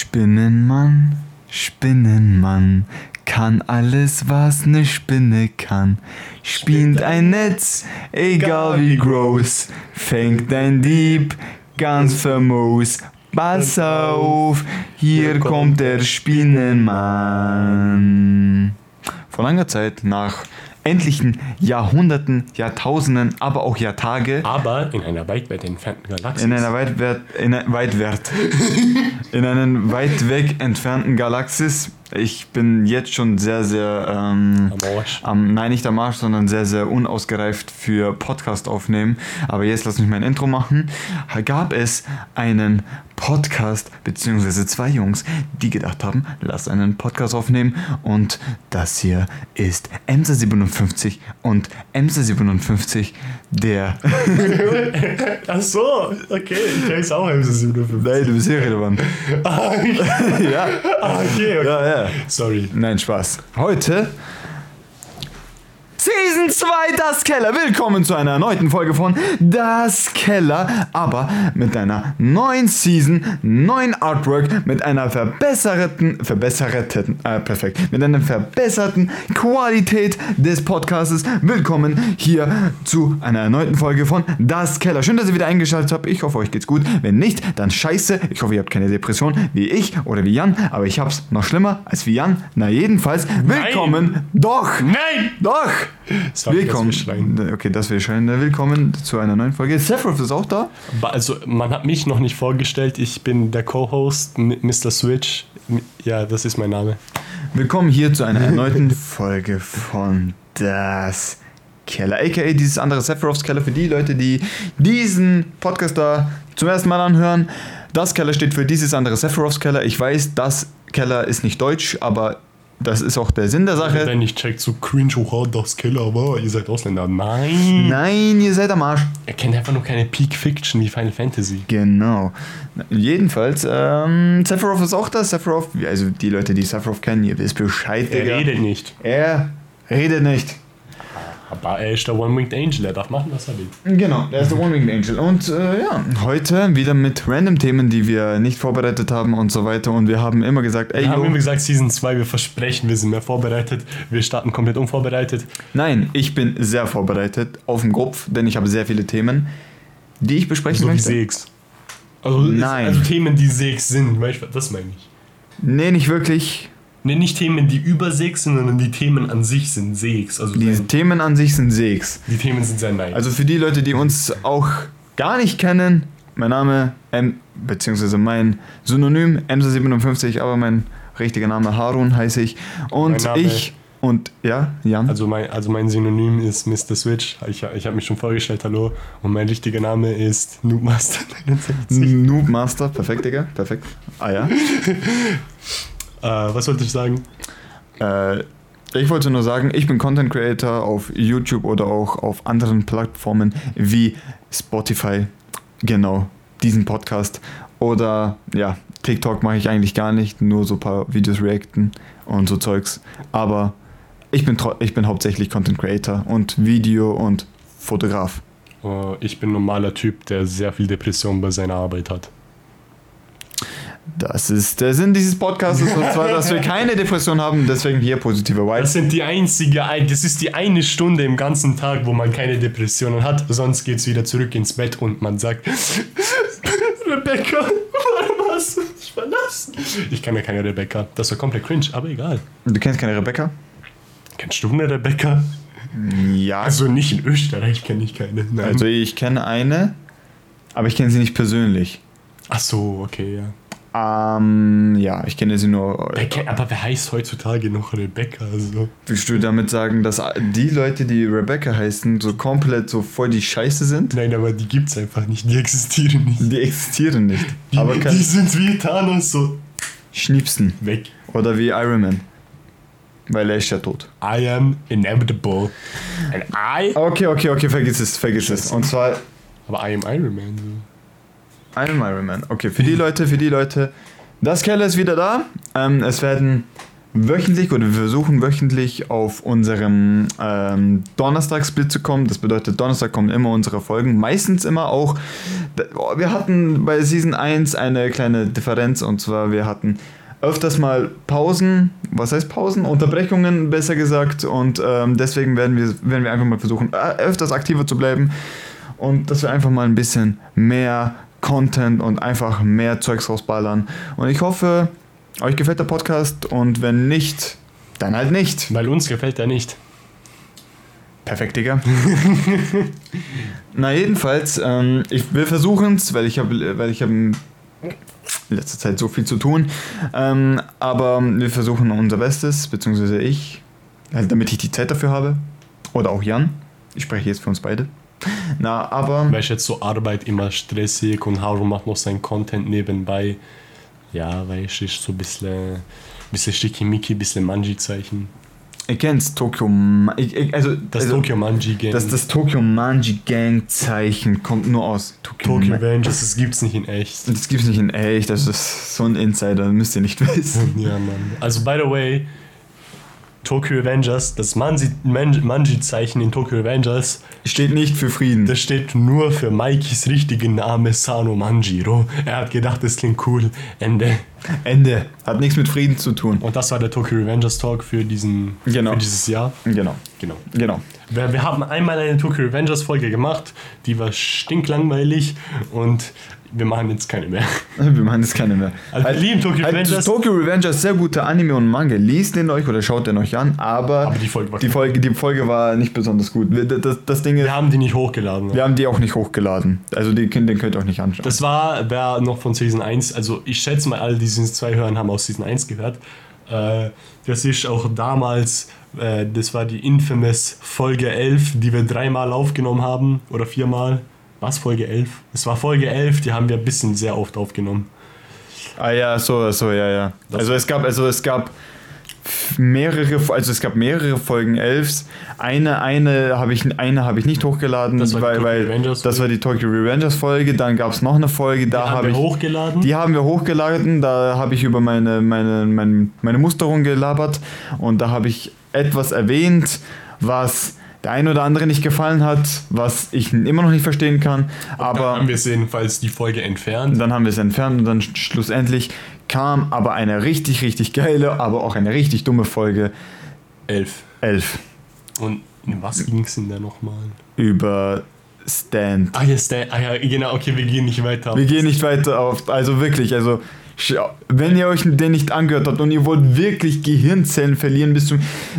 Spinnenmann, Spinnenmann, kann alles, was ne Spinne kann. Spinnt ein Netz, egal wie groß, fängt ein Dieb, ganz famos. Pass auf, hier kommt der Spinnenmann. Vor langer Zeit, nach endlichen Jahrhunderten, Jahrtausenden, aber auch Jahrtage, Aber in einer weit, weit entfernten Galaxie. in einer weit, wert, in, ein- weit, wert, in einen weit weg entfernten Galaxis. Ich bin jetzt schon sehr, sehr, ähm, Am Arsch. am, nein, nicht am Arsch, sondern sehr, sehr unausgereift für Podcast aufnehmen. Aber jetzt lass mich mein Intro machen. Gab es einen Podcast, beziehungsweise zwei Jungs, die gedacht haben, lass einen Podcast aufnehmen. Und das hier ist Emser 57 und Emser 57, der Ach so, okay, ich kenn's auch MC57. Nein, du bist hier relevant. Ah, ja, okay, okay. ja, ja. Sorry. Nein, Spaß. Heute. Season 2 Das Keller. Willkommen zu einer erneuten Folge von Das Keller, aber mit einer neuen Season, neuen Artwork, mit einer verbesserten, verbesserten, äh, perfekt, mit einer verbesserten Qualität des Podcastes. Willkommen hier zu einer erneuten Folge von Das Keller. Schön, dass ihr wieder eingeschaltet habt. Ich hoffe, euch geht's gut. Wenn nicht, dann scheiße. Ich hoffe, ihr habt keine Depression wie ich oder wie Jan, aber ich hab's noch schlimmer als wie Jan. Na jedenfalls, willkommen. Doch! Nein! Doch! Sorry, willkommen. Ne, dass wir schreien. okay, das wir schreien. Willkommen zu einer neuen Folge. Sephiroth ist auch da. Ba- Also, man hat mich noch nicht vorgestellt. Ich bin der Co-Host, M- Mr. Switch. M- Ja, das ist mein Name. Willkommen hier zu einer erneuten Folge von Das Keller, aka dieses andere Sephiroths Keller für die Leute, die diesen Podcast da zum ersten Mal anhören. Das Keller steht für dieses andere Sephiroths Keller. Ich weiß, das Keller ist nicht deutsch, aber das ist auch der Sinn der Sache. Wenn ich check so cringe, oh, das Killer war, ihr seid Ausländer. Nein! Nein, ihr seid am Arsch. Er kennt einfach nur keine Peak Fiction wie Final Fantasy. Genau. Jedenfalls, ähm, Sephiroth ist auch da. Sephiroth, also die Leute, die Sephiroth kennen, ihr wisst Bescheid, Er Digga. redet nicht. Er redet nicht. Aber er ist der One-Winged Angel, er darf machen, was er will. Genau, der ist der One-Winged Angel. Und äh, ja, heute wieder mit random Themen, die wir nicht vorbereitet haben und so weiter. Und wir haben immer gesagt, ey, Wir haben yo, immer gesagt, Season 2, wir versprechen, wir sind mehr vorbereitet. Wir starten komplett unvorbereitet. nein, ich bin sehr vorbereitet auf den Kopf, denn ich habe sehr viele Themen, die ich besprechen So wie möchte. Sex. Also, Nein. also Themen, die Sex sind, weißt du, das meine ich. Nee, nicht wirklich. Ne, nicht Themen, die über Sex sind, sondern die Themen an sich sind Sex. Also Die die, Themen an sich sind Segs. die Themen sind sehr nice. Also für die Leute, die uns auch gar nicht kennen, mein Name, M, beziehungsweise mein Synonym, Emser57, aber mein richtiger Name Harun heiße ich. Und Mein Name- ich und ja, Jan. Also mein, also mein Synonym ist Mr. Switch. Ich, ich habe mich schon vorgestellt, hallo. Und mein richtiger Name ist Noobmaster. äh, Noob Master, perfekt, Digga, perfekt. Ah ja. was wollte ich sagen? Äh, ich wollte nur sagen, ich bin Content Creator auf YouTube oder auch auf anderen Plattformen wie Spotify. Genau, diesen Podcast. Oder ja, TikTok mache ich eigentlich gar nicht, nur so ein paar Videos reacten und so Zeugs. Aber ich bin, tro- ich bin hauptsächlich Content Creator und Video und Fotograf. Äh, ich bin ein normaler Typ, der sehr viel Depression bei seiner Arbeit hat. Das ist der Sinn dieses Podcasts und zwar, dass wir keine Depression haben, deswegen hier positive Das Vibes. sind die einzige, ein- das ist die eine Stunde im ganzen Tag, wo man keine Depressionen hat, sonst geht's wieder zurück ins Bett und man sagt, Rebecca, warum hast du mich verlassen? Ich kann ja keine Rebecca. Das war komplett cringe, aber egal. Du kennst keine Rebecca? Kennst du eine Rebecca? Ja, Also nicht in Österreich kenne ich keine. Nein. Also ich kenne eine, aber ich kenne sie nicht persönlich. Ach so, okay, ja. Ähm, ja, ich kenne sie nur. Wer kennt- aber wer heißt heutzutage noch Rebecca? Also, Willst du damit sagen, dass die Leute, die Rebecca heißen, so komplett so voll die Scheiße sind? nein, aber die gibt's einfach nicht, die existieren nicht. Die existieren nicht. Die, aber die kann sind wie Thanos so schniepsen. weg. Oder wie Iron Man. Weil er ist ja tot. I am inevitable. And I. Okay, okay, okay, vergiss es, vergiss es. Und zwar Aber I am Iron Man. So. Einem Iron Man. Okay, für die Leute, für die Leute. Das Keller ist wieder da. Ähm, es werden wöchentlich oder wir versuchen wöchentlich auf unserem ähm, Donnerstag-Split zu kommen. Das bedeutet, Donnerstag kommen immer unsere Folgen. Meistens immer auch. d- oh, Wir hatten bei Season 1 eine kleine Differenz und zwar wir hatten öfters mal Pausen, was heißt Pausen? Unterbrechungen besser gesagt und ähm, deswegen werden wir, werden wir einfach mal versuchen, äh, öfters aktiver zu bleiben und dass wir einfach mal ein bisschen mehr Content und einfach mehr Zeugs rausballern. Und ich hoffe, euch gefällt der Podcast und wenn nicht, dann halt nicht. Weil uns gefällt er nicht. Perfekt, Digga. Na jedenfalls, ähm, ich will versuchen's, weil ich habe, weil ich habe in letzter Zeit so viel zu tun. Ähm, aber wir versuchen unser Bestes, beziehungsweise ich, halt damit ich die Zeit dafür habe. Oder auch Jan. Ich spreche jetzt für uns beide. Na, aber Weil ich jetzt so Arbeit immer stressig und Haru macht noch seinen Content nebenbei. Ja, weil ich ist so ein bisschen, bisschen Schickimicki, ein bisschen Manji-Zeichen. Ihr kennt's, Tokyo. Ma- Ich, ich, also, Das also, Tokyo Manji-Game. Das, das Tokyo Manji Gang Zeichen kommt nur aus Tokyo. Tokyo Ma- Avengers, das gibt's nicht in echt. das gibt's nicht in echt, das ist so ein Insider, das müsst ihr nicht wissen. Ja, Mann. Also, by the way, Tokyo Avengers, das Manji- Man- Manji-Zeichen in Tokyo Avengers, Steht nicht für Frieden. das steht nur für Maikis richtigen Name Sano Manjiro. Er hat gedacht, das klingt cool. Ende. Ende. Hat nichts mit Frieden zu tun. Und das war der Tokyo Avengers Talk für, diesen, Genau. für dieses Jahr. Genau, Genau. genau. Wir, wir haben einmal eine Tokyo Avengers Folge gemacht, die war stinklangweilig und wir machen jetzt keine mehr. Wir machen das keine mehr. Halt- Also, wir lieben Tokyo Revengers. Tokyo Revengers, sehr guter Anime und Manga. Liest den euch oder schaut den euch an, aber, Aber die Folge war die, Folge, die Folge war nicht besonders gut. Wir- Das, das Ding ist, Wir haben die nicht hochgeladen. wir haben die auch nicht hochgeladen. Also die, könnt- den könnt ihr auch nicht anschauen. Das war, wer noch von Season 1, also ich schätze mal, alle, die Season 2 hören, haben aus Season 1 gehört. Äh, das ist auch damals, äh, das war die infamous Folge 11, die wir dreimal aufgenommen haben oder viermal. Was, Folge 11? Es war Folge 11, die haben wir ein bisschen sehr oft aufgenommen. Ah ja, so, so, ja, ja. Das- also es gab, also es gab mehrere, also es gab mehrere Folgen Elfs. Eine, eine habe ich, eine habe ich nicht hochgeladen, Das war die weil, Tokyo weil Revengers das war die Tokyo Revengers Folge. Dann gab es noch eine Folge, da haben habe wir ich, hochgeladen. die haben wir hochgeladen. Da habe ich über meine, meine, meine, meine Musterung gelabert und da habe ich etwas erwähnt, was der ein oder andere nicht gefallen hat, was ich immer noch nicht verstehen kann. Dann Aber haben wir es jedenfalls die Folge entfernt. dann haben wir es entfernt und dann sch- schlussendlich kam aber eine richtig, richtig geile, aber auch eine richtig dumme Folge 11. 11 Und in was ging es denn da nochmal? über Stand. Ah, yes, der, ah ja, genau, okay, wir gehen nicht weiter. Wir gehen nicht weiter auf, also wirklich, also schau- wenn ihr euch den nicht angehört habt und ihr wollt wirklich Gehirnzellen verlieren bis zum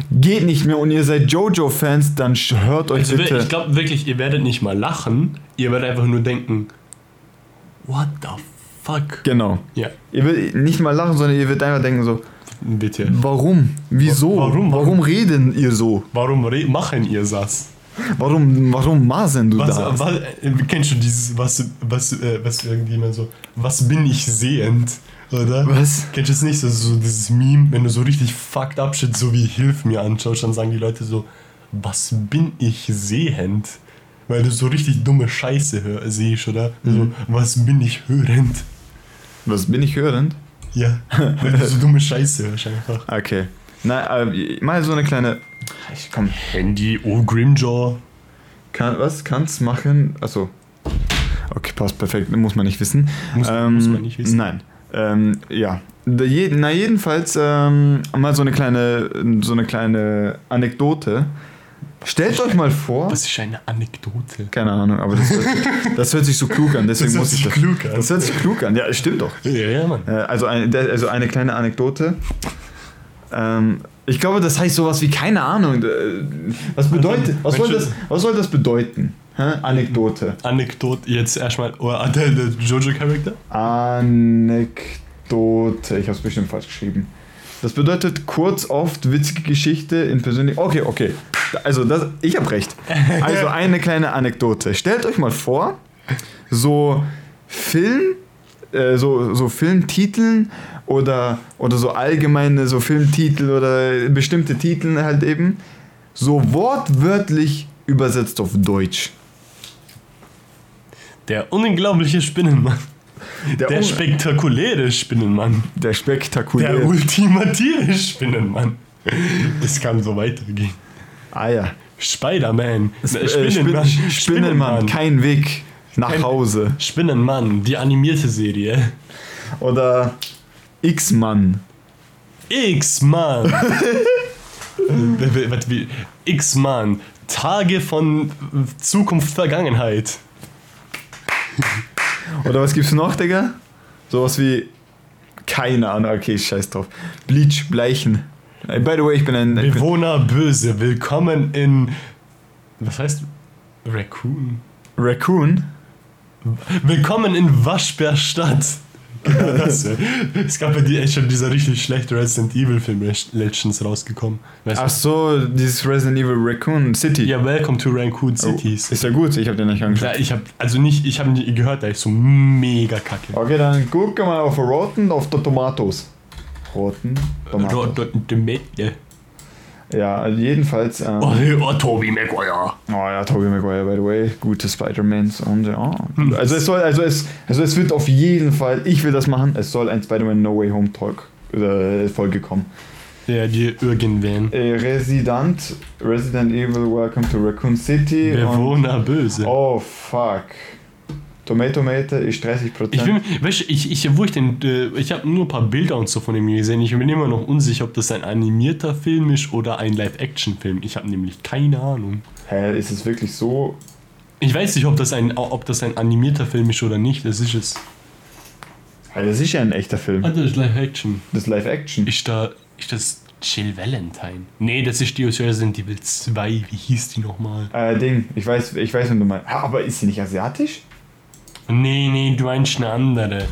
geht nicht mehr und ihr seid Jojo-Fans, dann sch- hört euch also, wir- bitte. ich glaube wirklich, ihr werdet nicht mal lachen, ihr werdet einfach nur denken, what the fuck? genau. Ja, Ihr werdet nicht mal lachen, sondern ihr werdet einfach denken so, bitte. warum? Wieso? Warum? Warum reden ihr so? Warum re- machen ihr das? Warum, warum masen du Was, da? was, äh, kennst du dieses, was, was, äh, was irgendjemand so, was bin ich sehend? Oder? Was? Kennst du das nicht? Das ist so dieses Meme, wenn du so richtig fucked up shit, so wie Hilf mir anschaust, dann sagen die Leute so, was bin ich sehend? Weil du so richtig dumme Scheiße hör, siehst, oder? Mhm. So, was bin ich hörend? Was bin ich hörend? Ja, wenn du so dumme Scheiße hörst einfach. Okay. Na, äh, mal so eine kleine. Ich komm. Handy, oh Grimjaw. Kann, was kannst machen? Achso. Okay, passt perfekt. Muss man nicht wissen. Muss- muss man nicht wissen. Nein. Ähm, ja. Da je, na jedenfalls ähm, mal so eine kleine, so eine kleine Anekdote. Stellt euch mal vor. Das ist eine Anekdote. Keine Ahnung, aber das, hört- das hört sich so klug an. Deswegen Das hört muss ich sich das. klug an. Das hört sich klug an. Ja, stimmt doch. Ja, ja, Mann. Äh, Also eine, also eine kleine Anekdote. Ähm, ich glaube, das heißt sowas wie keine Ahnung. äh, Was bedeutet, was soll das, was soll das bedeuten? Hä? Anekdote. Anekdote, jetzt erstmal, oh, ah, der, der Jojo-Charakter? Anekdote. Ich habe es bestimmt falsch geschrieben. Das bedeutet kurz oft witzige Geschichte in persönlich. Okay, okay. Also das, ich habe recht. Also eine kleine Anekdote. Stellt euch mal vor, so Film, äh, so, so Filmtiteln oder, oder so allgemeine so Filmtitel oder bestimmte Titel halt eben, so wortwörtlich übersetzt auf Deutsch. Der unglaubliche Spinnenmann. Der, Der un- spektakuläre Spinnenmann. der Der spektakuläre. ultimative Spinnenmann. Das kann so weitergehen. ah ja. Spider-Man. Äh, Äh, Spinnenmann, Spinnenmann, kein Weg nach Kein- Hause. Spinnenmann, die animierte Serie. Oder X-Mann. X-Man. Äh, W- w- wat wie- X-Man. Tage von Zukunft, Vergangenheit. Oder was gibt's noch, Digga? Sowas wie. Keine Ahnung, okay, scheiß drauf. Bleach, Bleichen. Äh, By the way, ich bin ein. Ich bin Bewohner böse. Willkommen in. Was heißt. Raccoon? Raccoon. Willkommen in Waschbärstadt. Genau das, ja. Es gab ja die, echt schon dieser richtig schlechte Resident Evil Film rech- letztens rausgekommen. Weißt du? Ach so, dieses Resident Evil Raccoon City. Ja, Welcome to Oh. Raccoon Cities. Ist ja gut, ich habe den nicht angeschaut. Ja, ich habe also nicht, ich habe nie gehört, da ist so mega kacke. Okay, dann gucke mal auf Rotten, auf die Tomatoes. Rotten, Ro- Tomatoes. do- Tomate. Ja, also jedenfalls. Ähm, Oh, oh. oh, Toby Maguire. Ah ja, Tobey Maguire, by the way. Gute Spider-Mans und ja. Hm. Also es soll, also es, also es wird auf jeden Fall, ich will das machen, es soll ein Spider-Man No Way Home Talk äh, Folge kommen. Ja, die irgendwen. Äh, Resident, Resident Evil, Welcome to Raccoon City. und, Bewohner böse. oh fuck. Tomato Mate ist 30%. Ich bin, weißt du, ich, ich, wo ich den, äh, ich habe nur ein paar Bilder und so von ihm gesehen. Ich bin immer noch unsicher, ob das ein animierter Film ist oder ein Live-Action-Film. Ich habe nämlich keine Ahnung. Hä, ist es wirklich so? Ich weiß nicht, ob das ein, ob das ein animierter Film ist oder nicht. Das ist es. Hä, das ist ja ein echter Film. Ah, das ist Live-Action. Das ist Live-Action. Ist da, ist das Jill Valentine? Nee, das ist die aus Resident Evil 2. Wie hieß die nochmal? Äh, Ding, ich weiß, ich weiß, wenn du meinst. Ah, aber ist sie nicht asiatisch? Nee, nee, du meinst eine andere.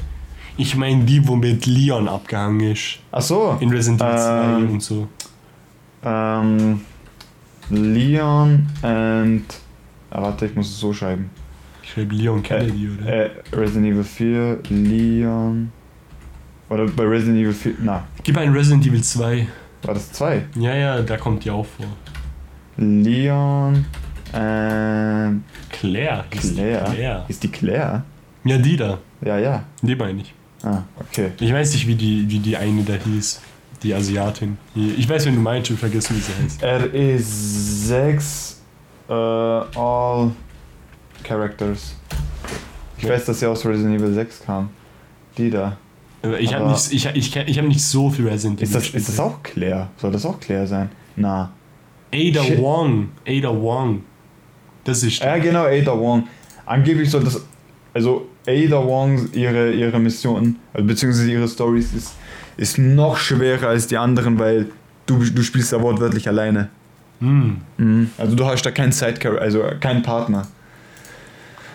Ich meine die, wo mit Leon abgehangen ist. Ach so. In Resident Evil 2 Ähm. und so. Ähm, Leon and. Ah, warte, ich muss es so schreiben. Ich schreibe Leon Kennedy, oder? Äh, Resident Evil 4, Leon. Oder bei Resident Evil 4. Na, Gib ein Resident Evil 2. war das 2? Ja, ja, da kommt die auch vor. Leon and. Claire. hieß die, Claire. Claire. Ist die Claire? Ja, die da. Ja, ja. Die meine ich. Ah, okay. Ich weiß nicht, wie die, wie die eine da hieß. Die Asiatin. Die- Ich weiß, wenn du meinst, ich hab vergessen, wie sie heißt. RE6 äh, All Characters. Ich Ja. weiß, dass sie aus Resident Evil 6 kam. Die da. Aber Ich habe Aber- nicht, ich, ich, kenn- ich hab nicht so viel Resident Ist Evil. das, ist das auch Claire? Soll das auch Claire sein? Na. Ada Shit. Wong. Ada Wong. Das ist. Ja, genau, Ada Wong. Angeblich soll das. Also, Ada Wong, ihre, ihre Mission, also beziehungsweise ihre Stories, ist, ist noch schwerer als die anderen, weil du, du spielst da wortwörtlich alleine. Hm. Mhm. Also du hast da keinen Sidecar, also keinen Partner.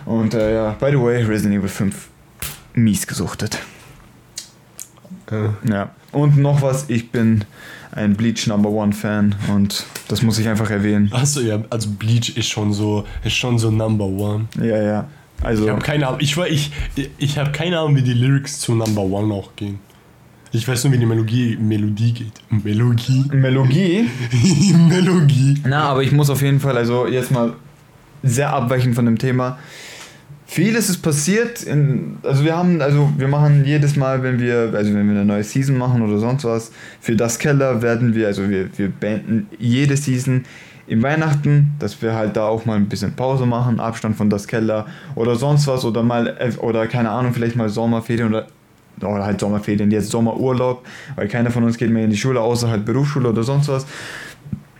Und äh, ja, by the way, Resident Evil 5 mies gesuchtet. Äh. Ja. Und noch was, ich bin ein Bleach Number One Fan und das muss ich einfach erwähnen. Achso, ja, also Bleach ist schon so, ist schon so Number One. Ja, ja. Also Ich habe keine Ahnung, ich, war- ich, ich habe keine Ahnung, wie die Lyrics zu Number One auch gehen. Ich weiß nur, wie die Melodie, Melodie geht. Melodie? Melodie. Melodie. Na, aber ich muss auf jeden Fall, also jetzt mal sehr abweichend von dem Thema. Vieles ist passiert. In, also wir haben, also wir machen jedes Mal, wenn wir, also wenn wir eine neue Season machen oder sonst was, für das Keller werden wir, also wir, wir beenden jede Season im Weihnachten, dass wir halt da auch mal ein bisschen Pause machen, Abstand von das Keller oder sonst was oder mal äh, oder keine Ahnung, vielleicht mal Sommerferien oder oder halt Sommerferien, jetzt Sommerurlaub, weil keiner von uns geht mehr in die Schule, außer halt Berufsschule oder sonst was.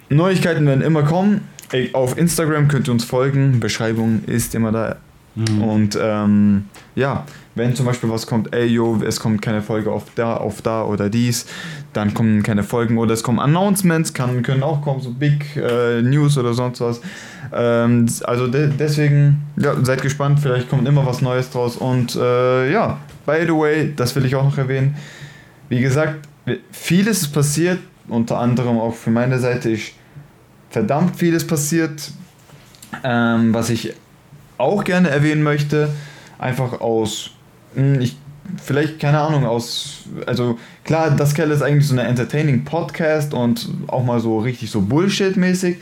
Neuigkeiten werden immer kommen. Ey, Auf Instagram könnt ihr uns folgen. Beschreibung ist immer da. Mhm. Und ähm, ja, wenn zum Beispiel was kommt, ey yo, es kommt keine Folge auf da, auf da oder dies, dann kommen keine Folgen oder es kommen Announcements, kann, können auch kommen, so Big äh, News oder sonst was. Ähm, also de deswegen, ja, seid gespannt, vielleicht kommt immer was Neues draus. Und äh, ja, by the way, das will ich auch noch erwähnen. Wie gesagt, vieles ist passiert, unter anderem auch für meine Seite ist verdammt vieles passiert. Ähm, was ich auch gerne erwähnen möchte, einfach aus, hm, ich, vielleicht, keine Ahnung, aus, also klar, das Kerl ist eigentlich so eine entertaining Podcast und auch mal so richtig so Bullshit-mäßig,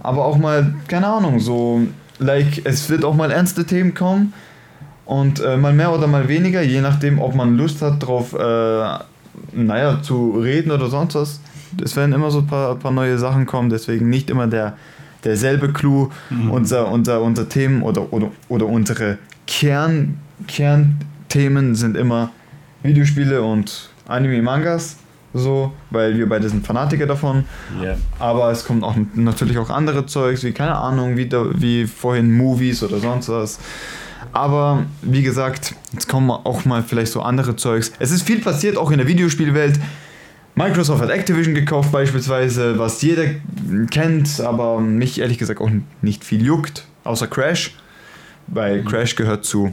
aber auch mal, keine Ahnung, so, like, es wird auch mal ernste Themen kommen Und äh, mal mehr oder mal weniger, je nachdem, ob man Lust hat, drauf, äh, naja, zu reden oder sonst was. Es werden immer so ein paar, paar neue Sachen kommen, deswegen nicht immer der, derselbe Clou. Unser, unser, unser Themen oder, oder, oder unsere Kern, Kernthemen sind immer Videospiele und Anime-Mangas. So, weil wir beide sind Fanatiker davon. Ja. Aber es kommt auch natürlich auch andere Zeugs, wie keine Ahnung, wie, da, wie vorhin Movies oder sonst was. Aber wie gesagt, jetzt kommen auch mal vielleicht so andere Zeugs. Es ist viel passiert, auch in der Videospielwelt. Microsoft hat Activision gekauft beispielsweise, was jeder kennt, aber mich ehrlich gesagt auch nicht viel juckt, außer Crash. Weil Crash gehört zu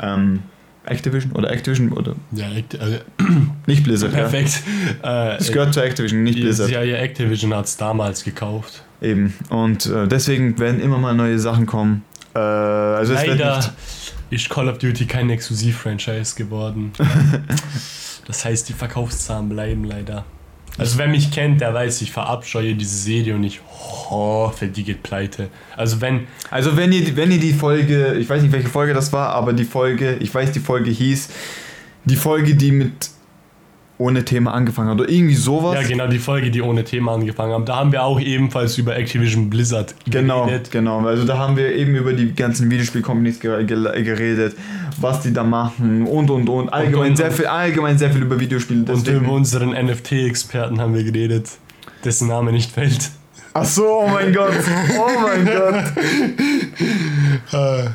ähm, Activision oder Activision oder Ja, Act äh, nicht Blizzard. Ja. perfekt. Äh, Es gehört zu Activision, nicht Blizzard. ja, ja, Activision hat es damals gekauft. Eben. Und äh, deswegen werden immer mal neue Sachen kommen. Äh, also es wird Leider nicht. ist Call of Duty kein Exklusiv-Franchise geworden. das heißt, die Verkaufszahlen bleiben leider. Also wer mich kennt, der weiß, ich verabscheue diese Serie und ich hoffe, die geht pleite. Also wenn, Also wenn ihr, wenn ihr die Folge, ich weiß nicht welche Folge das war, aber die Folge, ich weiß die Folge hieß, die Folge, die mit ohne Thema angefangen hat oder irgendwie sowas. ja genau, die Folge, die ohne Thema angefangen haben, da haben wir auch ebenfalls über Activision Blizzard Genau, geredet. genau. Also da haben wir eben über die ganzen Videospiel-Companies ge- ge- geredet, was die da machen und und und. Allgemein und, sehr und. viel, allgemein sehr viel über Videospiele. Und deswegen- über unseren NFT-Experten haben wir geredet, dessen Name nicht fällt. Ach so, oh mein Gott, oh mein Gott. Äh.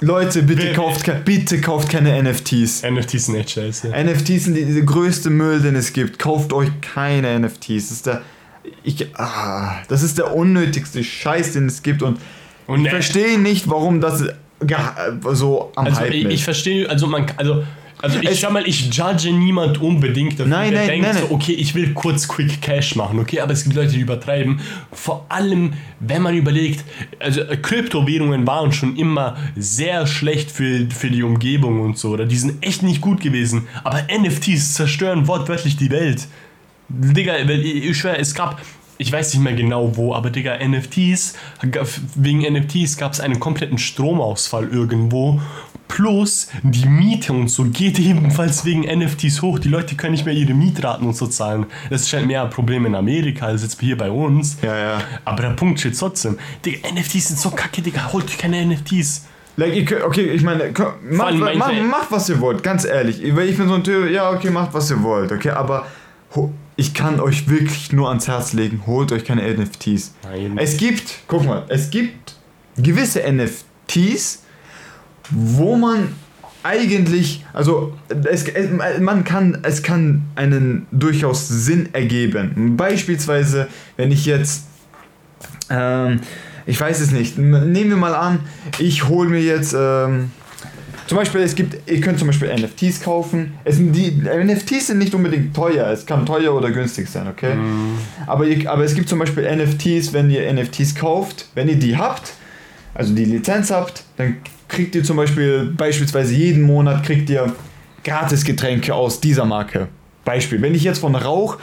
Leute, bitte Wer- kauft, ke- bitte kauft keine NFTs. NFTs sind echt scheiße. NFTs sind die- der größte Müll, den es gibt. Kauft euch keine NFTs. Das ist der, ich, ah, das ist der unnötigste Scheiß, den es gibt. Und Und ne. ich verstehe nicht, warum das äh, geha- so am Also Hype ich, ich ist. verstehe, also man also also ich Es- schau mal, ich judge niemand unbedingt dafür, Nein, der nein, denkt nein, nein. so, okay, ich will kurz Quick Cash machen, okay, aber es gibt Leute, die übertreiben. Vor allem, wenn man überlegt, also äh, Kryptowährungen waren schon immer sehr schlecht für, für die Umgebung und so, oder die sind echt nicht gut gewesen, aber NFTs zerstören wortwörtlich die Welt. Digga, weil ich ich schwör, es gab, ich weiß nicht mehr genau wo, aber Digga, NFTs, g- wegen NFTs gab es einen kompletten Stromausfall irgendwo. Plus die Miete und so geht ebenfalls wegen NFTs hoch. Die Leute können nicht mehr ihre Mietraten und so zahlen. Das scheint mehr ein Problem in Amerika als jetzt hier bei uns. Ja, ja. Aber der Punkt steht trotzdem. Digga, NFTs sind so kacke, Digga, holt euch keine NFTs. Like, ihr könnt, okay, ich meine, kö- macht, allem wa- manche- macht, macht was ihr wollt, ganz ehrlich. Ich- Weil ich bin so ein Typ, ja, okay, macht was ihr wollt, okay, aber ho- ich kann euch wirklich nur ans Herz legen, holt euch keine NFTs. Nein. Es gibt, guck mal, es gibt gewisse NFTs, wo man eigentlich, also es, es, man kann, es kann einen durchaus Sinn ergeben. Beispielsweise, wenn ich jetzt, ähm, ich weiß es nicht, M- nehmen wir mal an, ich hole mir jetzt, ähm, zum Beispiel, es gibt, ihr könnt zum Beispiel NFTs kaufen. Es, sind die NFTs sind nicht unbedingt teuer, es kann teuer oder günstig sein, okay? Aber, ihr, aber es gibt zum Beispiel NFTs, wenn ihr NFTs kauft, wenn ihr die habt, also die Lizenz habt, dann kriegt ihr zum Beispiel, beispielsweise jeden Monat kriegt ihr Gratisgetränke aus dieser Marke. Beispiel, wenn ich jetzt von Rauch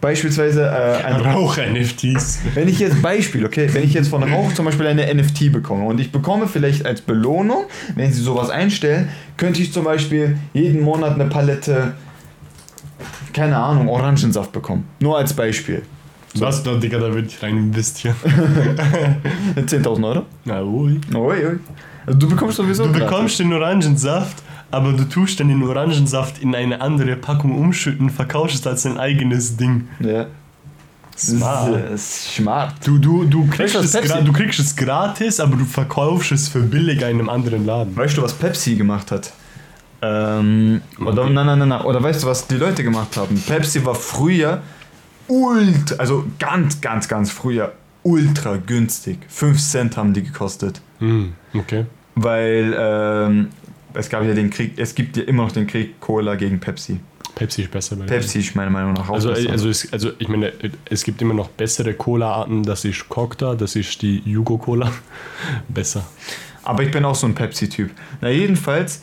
beispielsweise äh, ein Rauch-NFTs. wenn ich jetzt Beispiel, okay, wenn ich jetzt von Rauch zum Beispiel eine NFT bekomme und ich bekomme vielleicht als Belohnung, wenn sie sowas einstellen, könnte ich zum Beispiel jeden Monat eine Palette, keine Ahnung, Orangensaft bekommen. Nur als Beispiel. Was da, Digga, da würde ich rein investieren. 10.000 Euro? Na, ui. Ui, ui. Also du bekommst sowieso. Du gratis. bekommst den Orangensaft, aber du tust dann den Orangensaft in eine andere Packung umschütten, verkaufst es als dein eigenes Ding. Ja. Smart. Das ist, äh, ist smart. Du, du, du, Weißt kriegst du, was es Pepsi- gra- du kriegst es gratis, aber du verkaufst es für billig in einem anderen Laden. Weißt du, was Pepsi gemacht hat? Ähm, oder, nein, nein, nein, nein. Oder weißt du, was die Leute gemacht haben? Pepsi war früher ultra, also ganz, ganz, ganz früher ultra günstig. 5 Cent haben die gekostet. Hm, okay. Weil ähm, es gab ja den Krieg, es gibt ja immer noch den Krieg Cola gegen Pepsi. Pepsi ist besser bei Pepsi ist meiner Meinung nach auch Also, äh, besser. also, es, also ich meine, äh, es gibt immer noch bessere Cola-Arten. Das ist Cocta, das ist die Jugo-Cola. Besser. Aber ich bin auch so ein Pepsi-Typ. Na, jedenfalls,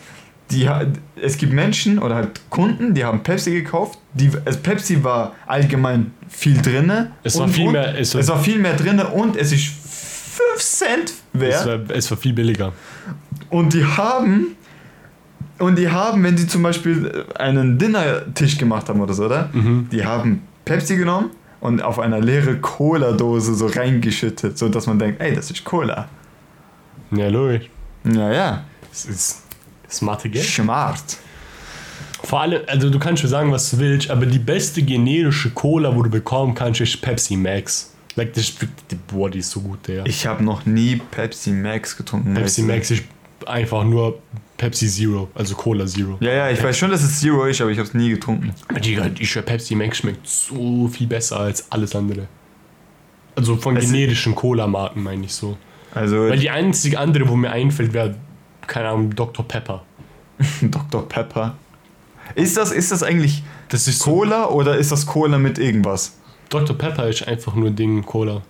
die, ha- es gibt Menschen oder halt Kunden, die haben Pepsi gekauft. Die, also Pepsi war allgemein viel drinne. Es war und viel gut. mehr- es Es war- war, viel mehr drinne und es ist 5 Cent Es, wert. war, es war viel billiger. Und die haben Und die haben, wenn sie zum Beispiel einen Dinnertisch gemacht haben oder so, oder? Mhm. Die haben Pepsi genommen und auf einer leere Cola-Dose so reingeschüttet, sodass man denkt, ey, das ist Cola. Ja, logisch. Naja, Das ist smarte Geld. smart. Vor allem, also du kannst schon sagen, was du willst, aber die beste generische Cola, wo du bekommen kannst, ist Pepsi Max. Like, das, boah, die ist so gut, der. Ich habe noch nie Pepsi Max getrunken. Pepsi Max ist einfach nur Pepsi Zero, also Cola Zero. Ja, ja, ich weiß schon, dass es Zero ist, aber ich habe es nie getrunken. Digga, ich schwör, Pepsi Max schmeckt so viel besser als alles andere. Also von Es- generischen Cola-Marken, meine ich so. Also Weil die einzige andere, wo mir einfällt, wäre, keine Ahnung, Dr. Pepper. Dr. Pepper. Ist das, ist das eigentlich Das ist so. Cola oder ist das Cola mit irgendwas? Dr. Pepper ist einfach nur Ding Cola.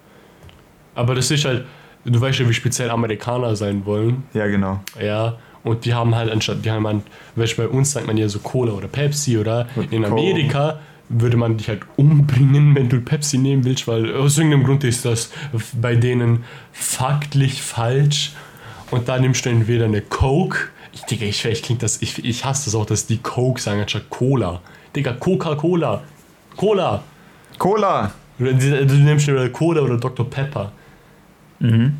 Aber das ist halt, du weißt ja, wie speziell Amerikaner sein wollen. Ja, genau. Ja. Und die haben halt anstatt, die haben halt, weißt du, bei uns sagt man ja so Cola oder Pepsi oder in Coke. Amerika würde man dich halt umbringen, wenn du Pepsi nehmen willst, weil aus irgendeinem Grund ist das bei denen faktlich falsch. Und da nimmst du entweder eine Coke. Ich, Digga, ich, schwör, ich, klingt das, ich, ich hasse das auch, dass die Coke sagen anstatt Cola. Digga, Coca-Cola. Cola. Cola! Du du nimmst entweder Cola oder Dr. Pepper. Und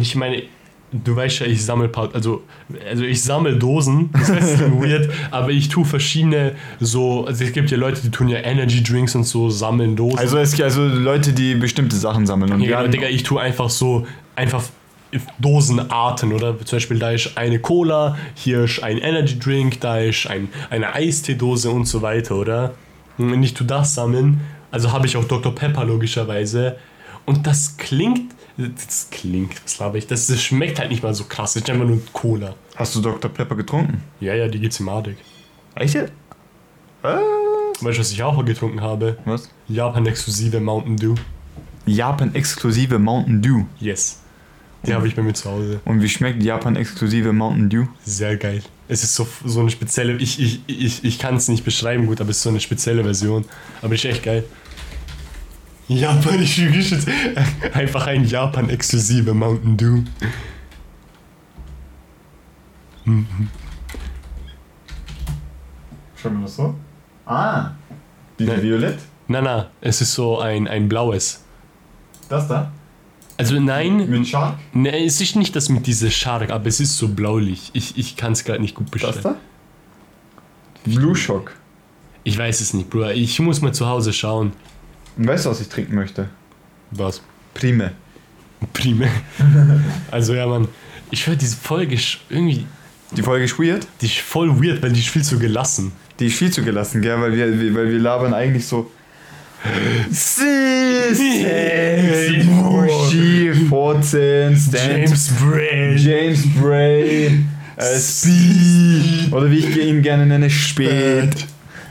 ich meine, du weißt ja, ich sammle paar, also, also ich sammle Dosen, das ist weird, aber ich tue verschiedene so, also es gibt ja Leute, die tun ja Energy Drinks und so, sammeln Dosen. Also es gibt also Leute, die bestimmte Sachen sammeln. Und ja, wir genau, Digga, ich tue einfach so, einfach Dosenarten, oder? Zum Beispiel, da ist eine Cola, hier ist ein Energy Drink, da ist ein, eine Eisteedose und so weiter, oder? Und wenn ich tu das sammeln, also habe ich auch Dr. Pepper logischerweise. Und das klingt, das klingt, was glaube ich, das, das schmeckt halt nicht mal so krass, das ist einfach nur Cola. hast du Dr. Pepper getrunken? Ja, ja, die gibt's im Adig. Echt? jetzt? Äh, Weißt du, was ich auch getrunken habe? was? Japan-exklusive Mountain Dew. Japan-exklusive Mountain Dew. Yes. Die habe ich bei mir zu Hause. Und wie schmeckt Japan-exklusive Mountain Dew? Sehr geil. Es ist so, so eine spezielle, ich, ich, ich, ich kann es nicht beschreiben gut, aber es ist so eine spezielle Version. Aber ist echt geil. Japanische Geschichte. Einfach ein Japan-exklusive Mountain Dew. Schauen wir das so? Ah, die Violett? Na, na, es ist so ein, ein blaues. Das da? Also nein, Mit Shark? ne, es ist nicht das mit dieser Shark, aber es ist so blaulich. Ich, ich kann es gerade nicht gut beschreiben. Blue Shock. Ich weiß es nicht, Bruder. Ich muss mal zu Hause schauen. Und weißt du, was ich trinken möchte? Was? Prime. Prima. also ja, Mann. Ich höre diese Folge ist irgendwie, Die Folge ist weird. die ist voll weird, weil die ist viel zu gelassen. Die ist viel zu gelassen, gell? Weil wir, wir- weil wir labern eigentlich so. Sexy, Bushi, 14, Stan, Brand. James Bray, äh, Speed. Oder wie ich ihn gerne nenne, Spät.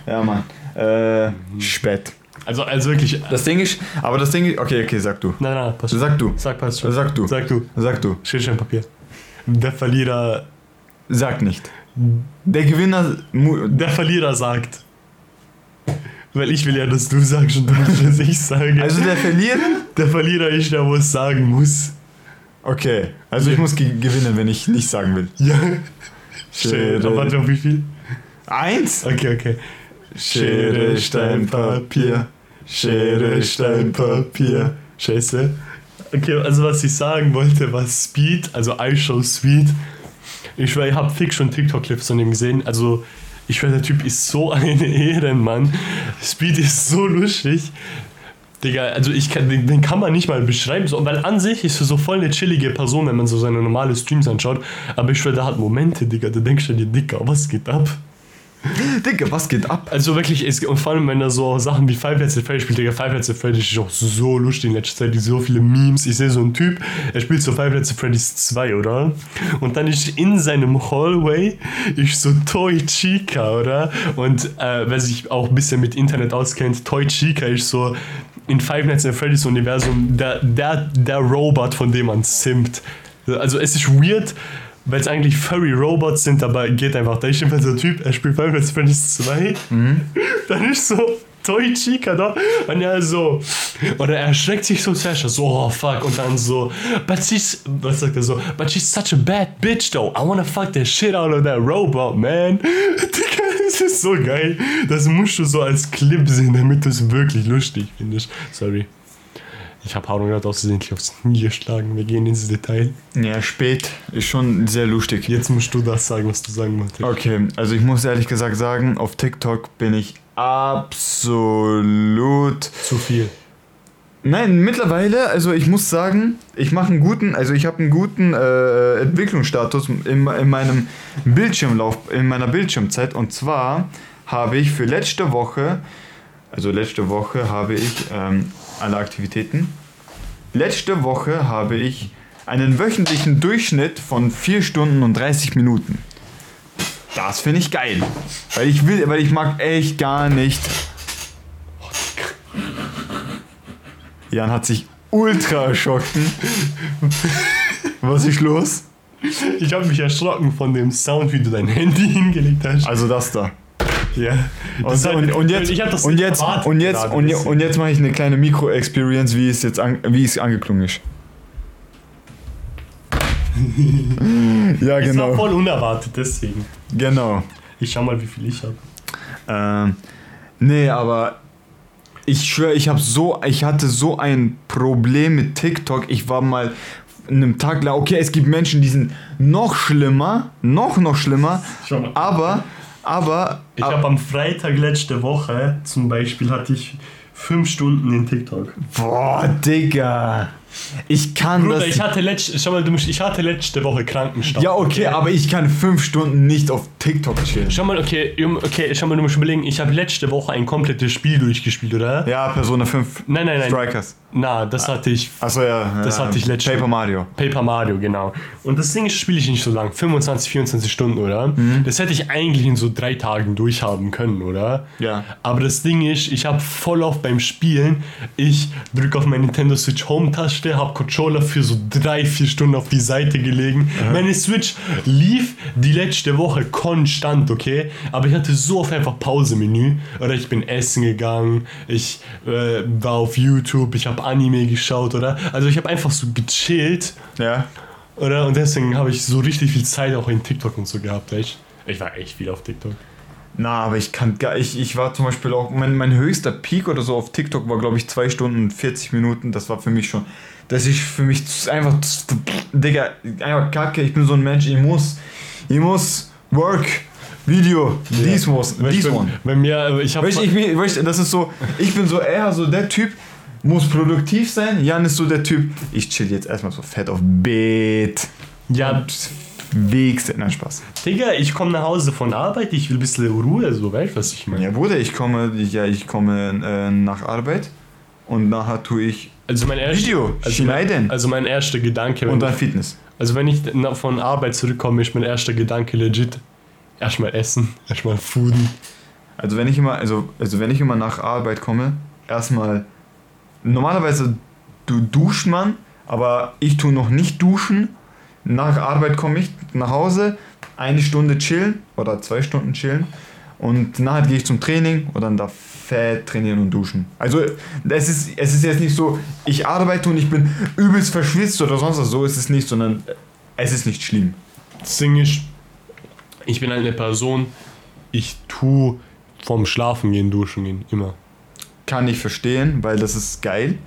Ja, Mann. Äh, Spät. Also, also wirklich. Das Ding ist, aber das Ding ist, okay, okay, sag du. Nein, nein, pass Sag du. Sag, pass schon. Sag du. Sag du. Sag du. Steht schon im Papier. Der Verlierer. Sag nicht. Der Gewinner. mu- Der Verlierer sagt. Weil ich will ja, dass du sagst und du willst, dass ich sage. Also der Verlierer? der Verlierer ist der, wo es sagen muss. Okay. Also ich muss ge gewinnen, wenn ich nicht sagen will. Ja. Shit. Aber warte, auf wie viel? Eins. Okay, okay. Schere, Stein, Papier. Schere, Stein, Papier. Scheiße. Okay, also was ich sagen wollte, war Speed, also I Show Speed. Ich schwör, ich hab fix schon TikTok-Clips von dem gesehen. Also, ich schwör, der Typ ist so ein Ehrenmann. Speed ist so lustig. Digga, also ich kann, den, den kann man nicht mal beschreiben, so, weil an sich ist er so voll eine chillige Person, wenn man so seine normale Streams anschaut. Aber ich schwör, der hat Momente, Digga, da denkst du dir, Dicker, was geht ab? Digga, was geht ab? Also wirklich, es, und vor allem, wenn da so Sachen wie Five Nights at Freddy spielt, Digga, Five Nights at Freddy ist auch so lustig in letzter Zeit, so viele Memes. Ich sehe so einen Typ, er spielt so Five Nights at Freddy's 2, oder? Und dann ist in seinem Hallway ist so Toy Chica, oder? Und äh, wer sich auch ein bisschen mit Internet auskennt, Toy Chica ist so in Five Nights at Freddy's Universum der, der, der Robot, von dem man simpt. Also es ist weird, weil es eigentlich Furry Robots sind, aber geht einfach. Da ist jedenfalls der Typ, er spielt Five Nights at Freddy's 2. Dann ist so Toy Chica da. Und er so. Oder er erschreckt sich so zuerst. So, oh fuck. Und dann so. But she's. Was sagt er so? But she's such a bad bitch though. I wanna fuck the shit out of that robot, man. Digga, das ist so geil. Das musst du so als Clip sehen, damit du es wirklich lustig findest. Sorry. Ich habe Harun gerade ausgesehentlich aufs Knie geschlagen. Wir gehen ins Detail. Ja, spät ist schon sehr lustig. Jetzt musst du das sagen, was du sagen wolltest. Okay, also ich muss ehrlich gesagt sagen, auf TikTok bin ich absolut. Zu viel. Nein, mittlerweile, also ich muss sagen, ich mache einen guten, also ich habe einen guten äh, Entwicklungsstatus in, in meinem Bildschirmlauf, in meiner Bildschirmzeit. Und zwar habe ich für letzte Woche, also letzte Woche habe ich ähm, alle Aktivitäten. Letzte Woche habe ich einen wöchentlichen Durchschnitt von 4 Stunden und 30 Minuten. Das finde ich geil. Weil ich will, weil ich mag echt gar nicht. Jan hat sich ultra erschrocken. Was ist los? Ich habe mich erschrocken von dem Sound, wie du dein Handy hingelegt hast. Also das da. Ja. Das Und, hat- und, und jetzt, ich hab das und nicht jetzt, erwartet und jetzt, gerade. und, je- und jetzt mache ich eine kleine Mikro-Experience, wie es jetzt an, wie es angeklungen ist. ja, Das war genau. voll unerwartet, deswegen. Genau. Ich schau mal, wie viel ich habe. Ähm, nee, aber ich schwöre, ich habe so, ich hatte so ein Problem mit TikTok. Ich war mal einem Tag lang, okay, es gibt Menschen, die sind noch schlimmer, noch noch schlimmer, Schau mal. aber aber ah, Ich habe am Freitag letzte Woche zum Beispiel hatte ich fünf Stunden in TikTok. boah, Digga. Ich kann Bruder, das ich hatte letzte, schau mal, du musst, ich hatte letzte Woche Krankenstand. Ja, okay, aber ich kann fünf Stunden nicht auf TikTok chillen. Schau mal, okay, Jum- okay, schau mal, du musst überlegen, ich habe letzte Woche ein komplettes Spiel durchgespielt, oder? Ja, Ah. Persona 5 Nein, nein, nein. Strikers. Na, das hatte ich. Achso, ja. Das ja, hatte ich letztes Paper Mario. Paper Mario, genau. Und das Ding ist, spiele ich nicht so lang. 25, 24 Stunden, oder? Das hätte ich eigentlich in so drei Tagen durchhaben können, oder? Ja. Aber das Ding ist, ich habe voll auf beim Spielen. Ich drücke auf meine Nintendo Switch Home-Taste, habe Controller für so drei, vier Stunden auf die Seite gelegen. Meine Switch lief die letzte Woche konstant, okay? Aber ich hatte so oft einfach Pause-Menü. Oder ich bin essen gegangen, ich äh, war auf YouTube, ich habe Anime geschaut, oder? Also ich habe einfach so gechillt. Ja. Oder? Und deswegen habe ich so richtig viel Zeit auch in TikTok und so gehabt, echt. Ich war echt viel auf TikTok. Na, aber ich kann gar ich, ich war zum Beispiel auch, mein, mein höchster Peak oder so auf TikTok war, glaube ich, 2 Stunden und 40 Minuten. Das war für mich schon, das ist für mich z- einfach, z- Digga, einfach kacke. Ich bin so ein Mensch, ich muss, ich muss, work, Video, this, was, Weil ich this bin- one. Bei mir, ich habe Weißt du, ich bin, weißt, du, das ist so, ich bin so eher so der Typ, muss produktiv sein. Jan ist so der Typ, ich chill jetzt erstmal so fett auf Bett. Ja, Wegs, nein, Spaß. Digga, ich komme nach Hause von Arbeit, ich will ein bisschen Ruhe, so, weißt du, was ich meine? Ja, Bruder, ich komme, ja, ich komme äh, nach Arbeit und nachher tue ich Also mein erster, Video also schneiden. mein, also mein erster Gedanke, wenn und dann ich, Fitness. also wenn ich na- von Arbeit zurückkomme, ist mein erster Gedanke legit, erstmal essen, erstmal fooden. Also wenn ich immer, also, also wenn ich immer nach Arbeit komme, erstmal, normalerweise du duscht man, aber ich tue noch nicht duschen. Nach Arbeit komme ich nach Hause, eine Stunde chillen oder zwei Stunden chillen und nachher gehe ich zum Training und dann da fett trainieren und duschen. Also es ist, es ist jetzt nicht so, ich arbeite und ich bin übelst verschwitzt oder sonst was, so ist es nicht, sondern äh, es ist nicht schlimm. Das Ding ist, ich bin halt eine Person, ich tu vom Schlafen gehen, duschen gehen, immer. Kann ich verstehen, weil das ist geil,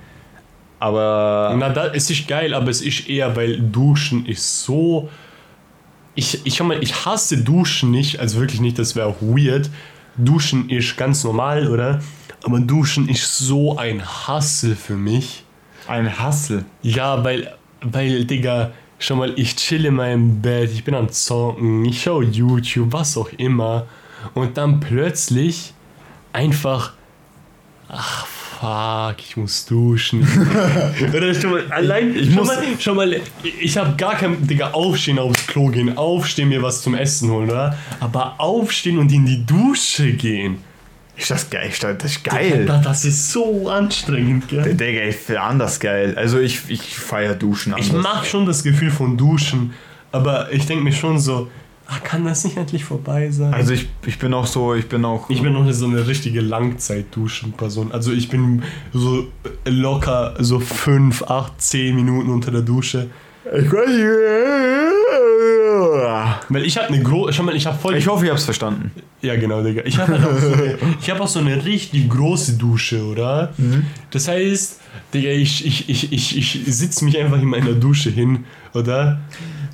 aber... Na, da, es ist geil, aber es ist eher, weil Duschen ist so. Ich, ich, schau mal, ich hasse Duschen nicht, also wirklich nicht, das wäre auch weird. Duschen ist ganz normal, oder? Aber Duschen ist so ein Hassel für mich. Ein Hassel. Ja, weil, weil, Digga, schau mal, ich chill in meinem Bett, ich bin am Zocken, ich schau YouTube, was auch immer. Und dann plötzlich einfach. Ach, fuck, ich muss duschen. Oder schon mal, allein, ich schon, muss- mal, schon mal, ich habe gar kein, Digga, aufstehen, aufs Klo gehen, aufstehen, mir was zum Essen holen, oder? Aber aufstehen und in die Dusche gehen, Ist das geil? Ist das, das ist Alter, das ist so anstrengend, gell? Digga, ich finde anders geil. Also ich, ich feier Duschen anders. Ich mag schon das Gefühl von Duschen, aber ich denke mir schon so, Ach, kann das nicht endlich vorbei sein? Also ich, ich bin auch so, ich bin auch. ich bin noch so eine richtige Langzeitduschen-Person. Also ich bin so locker so 5, 8, 10 Minuten unter der Dusche. Ich, weiß- Weil ich hab eine große, schau mal, ich hab voll... ich hoffe, ihr habt's verstanden. ja, genau, Digga. Ich hab, halt auch so eine, ich hab auch so eine richtig große Dusche, oder? Das heißt, Digga, ich, ich, ich, ich, ich sitz mich einfach in meiner Dusche hin, oder?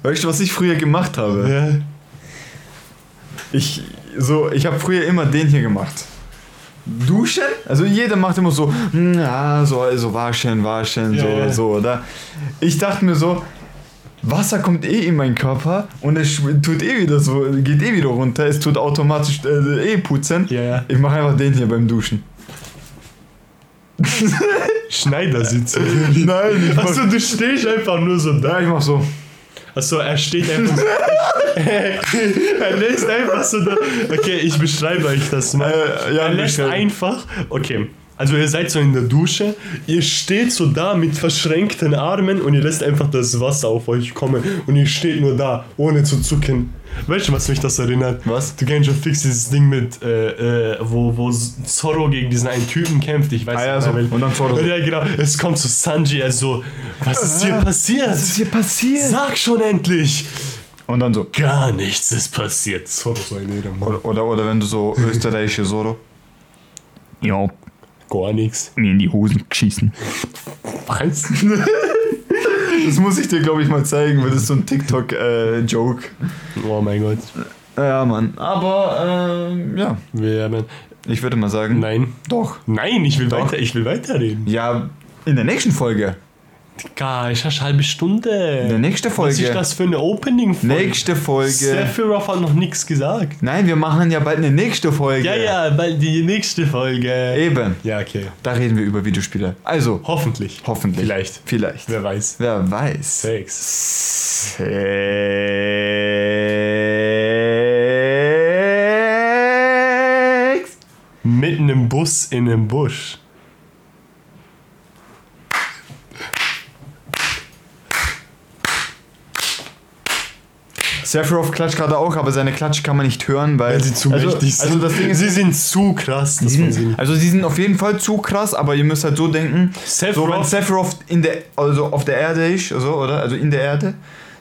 Weißt du, was ich früher gemacht habe? Ja. Ich, so, ich habe früher immer den hier gemacht. Duschen? Also jeder macht immer so, "Hm, ja, so, also waschen, waschen, Ja, so, ja. so, oder? Ich dachte mir so, Wasser kommt eh in meinen Körper und es schw- tut eh wieder so, geht eh wieder runter, es tut automatisch äh, eh putzen. Ja, ja. Ich mache einfach den hier beim Duschen. Schneidersitz. Nein, ich mach, Achso, du stehst einfach nur so da. ja, ich mach so. Achso, er steht einfach so. er lässt einfach so da. Okay, ich beschreibe euch das mal. Äh, ja, er lässt beschreib. einfach. Okay. Also ihr seid so in der Dusche, ihr steht so da mit verschränkten Armen und ihr lässt einfach das Wasser auf euch kommen und ihr steht nur da, ohne zu zucken. Weißt du, was mich das erinnert? Was? Du kennst schon fix dieses Ding mit, äh, äh, wo, wo Zorro gegen diesen einen Typen kämpft, ich weiß Ah ja, nicht so. mehr. wel- Und dann Zorro so. Ja, genau. Es kommt zu Sanji, also, was ist Ah. hier passiert? Was ist hier passiert? Sag schon endlich! Und dann so. Gar nichts ist passiert. So, so ein jeder Mann. Oder, oder, oder wenn du so österreichische Soro. Ja, Gar nichts. mir in die Hosen schießen. Was? Das muss ich dir, glaube ich, mal zeigen, weil das ist so ein äh, TikTok-Joke. Oh mein Gott. ja, Mann. Aber, ähm, ja. Wir werden. Ich würde mal sagen. Nein. Doch. Nein, ich will weiter. Ich will weiterreden. Ja, in der nächsten Folge. Digga, ich habe halbe Stunde. In der nächsten Was ist Folge. das für eine Opening-Folge? Nächste Folge. Sephiroth hat noch nichts gesagt. Nein, wir machen ja bald eine nächste Folge. Ja, ja, weil die nächste Folge. Eben. Ja, okay. Da reden wir über Videospiele. Also, Hoffentlich. hoffentlich. Vielleicht. Vielleicht. Wer weiß. Wer weiß. Sex. Sex. Mitten im Bus in einem Busch. Sephiroth klatscht gerade auch, aber seine Klatsche kann man nicht hören, weil, Weil sie zu also, mächtig sind. Also das Ding ist, sie sind zu krass, dass man sie nicht. also sie sind auf jeden Fall zu krass, aber ihr müsst halt so denken, so wenn Sephiroth- Sephiroth in der, also auf der Erde ist, so oder, also in der Erde,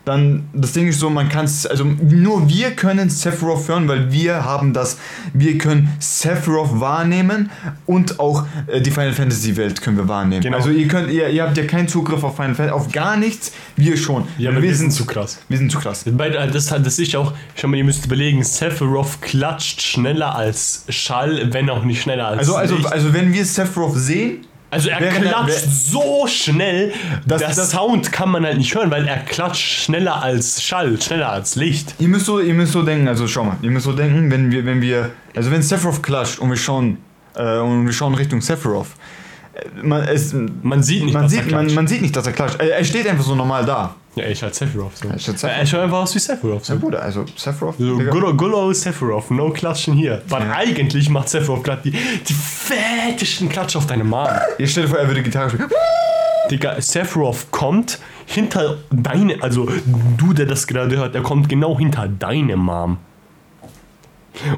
dann das Ding ist so, man kann es, also nur wir können Sephiroth hören, weil wir haben das, wir können Sephiroth wahrnehmen und auch äh, die Final Fantasy Welt können wir wahrnehmen. Genau. Also ihr könnt, ihr, ihr habt ja keinen Zugriff auf Final Fantasy, auf gar nichts, wir schon. Ja, aber wir sind zu krass. wir sind zu krass. Weil, äh, Das, hat- das ist ja auch, schau mal, ihr müsst überlegen, Sephiroth klatscht schneller als Schall, wenn auch nicht schneller als Also, also, Licht. also wenn wir Sephiroth sehen, also er während er- klatscht wer- so schnell, Das- der das- Sound kann man halt nicht hören, weil er klatscht schneller als Schall, schneller als Licht. ihr müsst so, ihr müsst so denken, also schau mal, ihr müsst so denken, wenn wir, wenn wir, also wenn Sephiroth klatscht und wir schauen, äh, und wir schauen Richtung Sephiroth, äh, man, es, man, Man sieht nicht, dass er sieht, man, klatscht. man sieht nicht, dass er klatscht. Er, er steht einfach so normal da. ja, ich halt Sephiroth so. ist halt Sephiroth. Er schaut einfach aus wie Sephiroth so. Ja, Bruder, also Sephiroth. So, Digga. good, old- good old Sephiroth, no klatschen hier. Weil Ja. eigentlich macht Sephiroth gerade die, die fettesten Klatsch auf deine Magen. Ihr stellt euch vor, er würde Gitarre spielen. Digga, Sephiroth kommt hinter deine, also du, der das gerade hört, er kommt genau hinter deine Mom.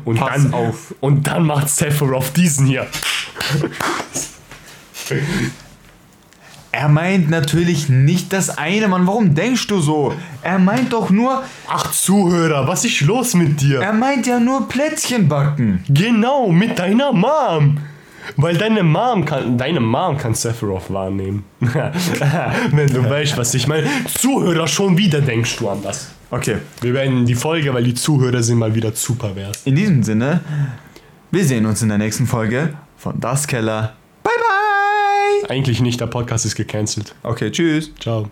Und Pass dann auf. Und dann macht Sephiroth diesen hier. Er meint natürlich nicht das eine, Mann. Warum denkst du so? Er meint doch nur, Ach Zuhörer, was ist los mit dir? er meint ja nur Plätzchen backen. Genau, mit deiner Mom. Weil deine Mom kann, deine Mom kann Sephiroth wahrnehmen. Wenn du weißt, was ich meine. Zuhörer, schon wieder denkst du anders. Okay. Wir beenden die Folge, weil die Zuhörer sind mal wieder zu pervers. In diesem Sinne, wir sehen uns in der nächsten Folge von Das Keller. Bye bye! Eigentlich nicht, der Podcast ist gecancelt. Okay, tschüss. Ciao.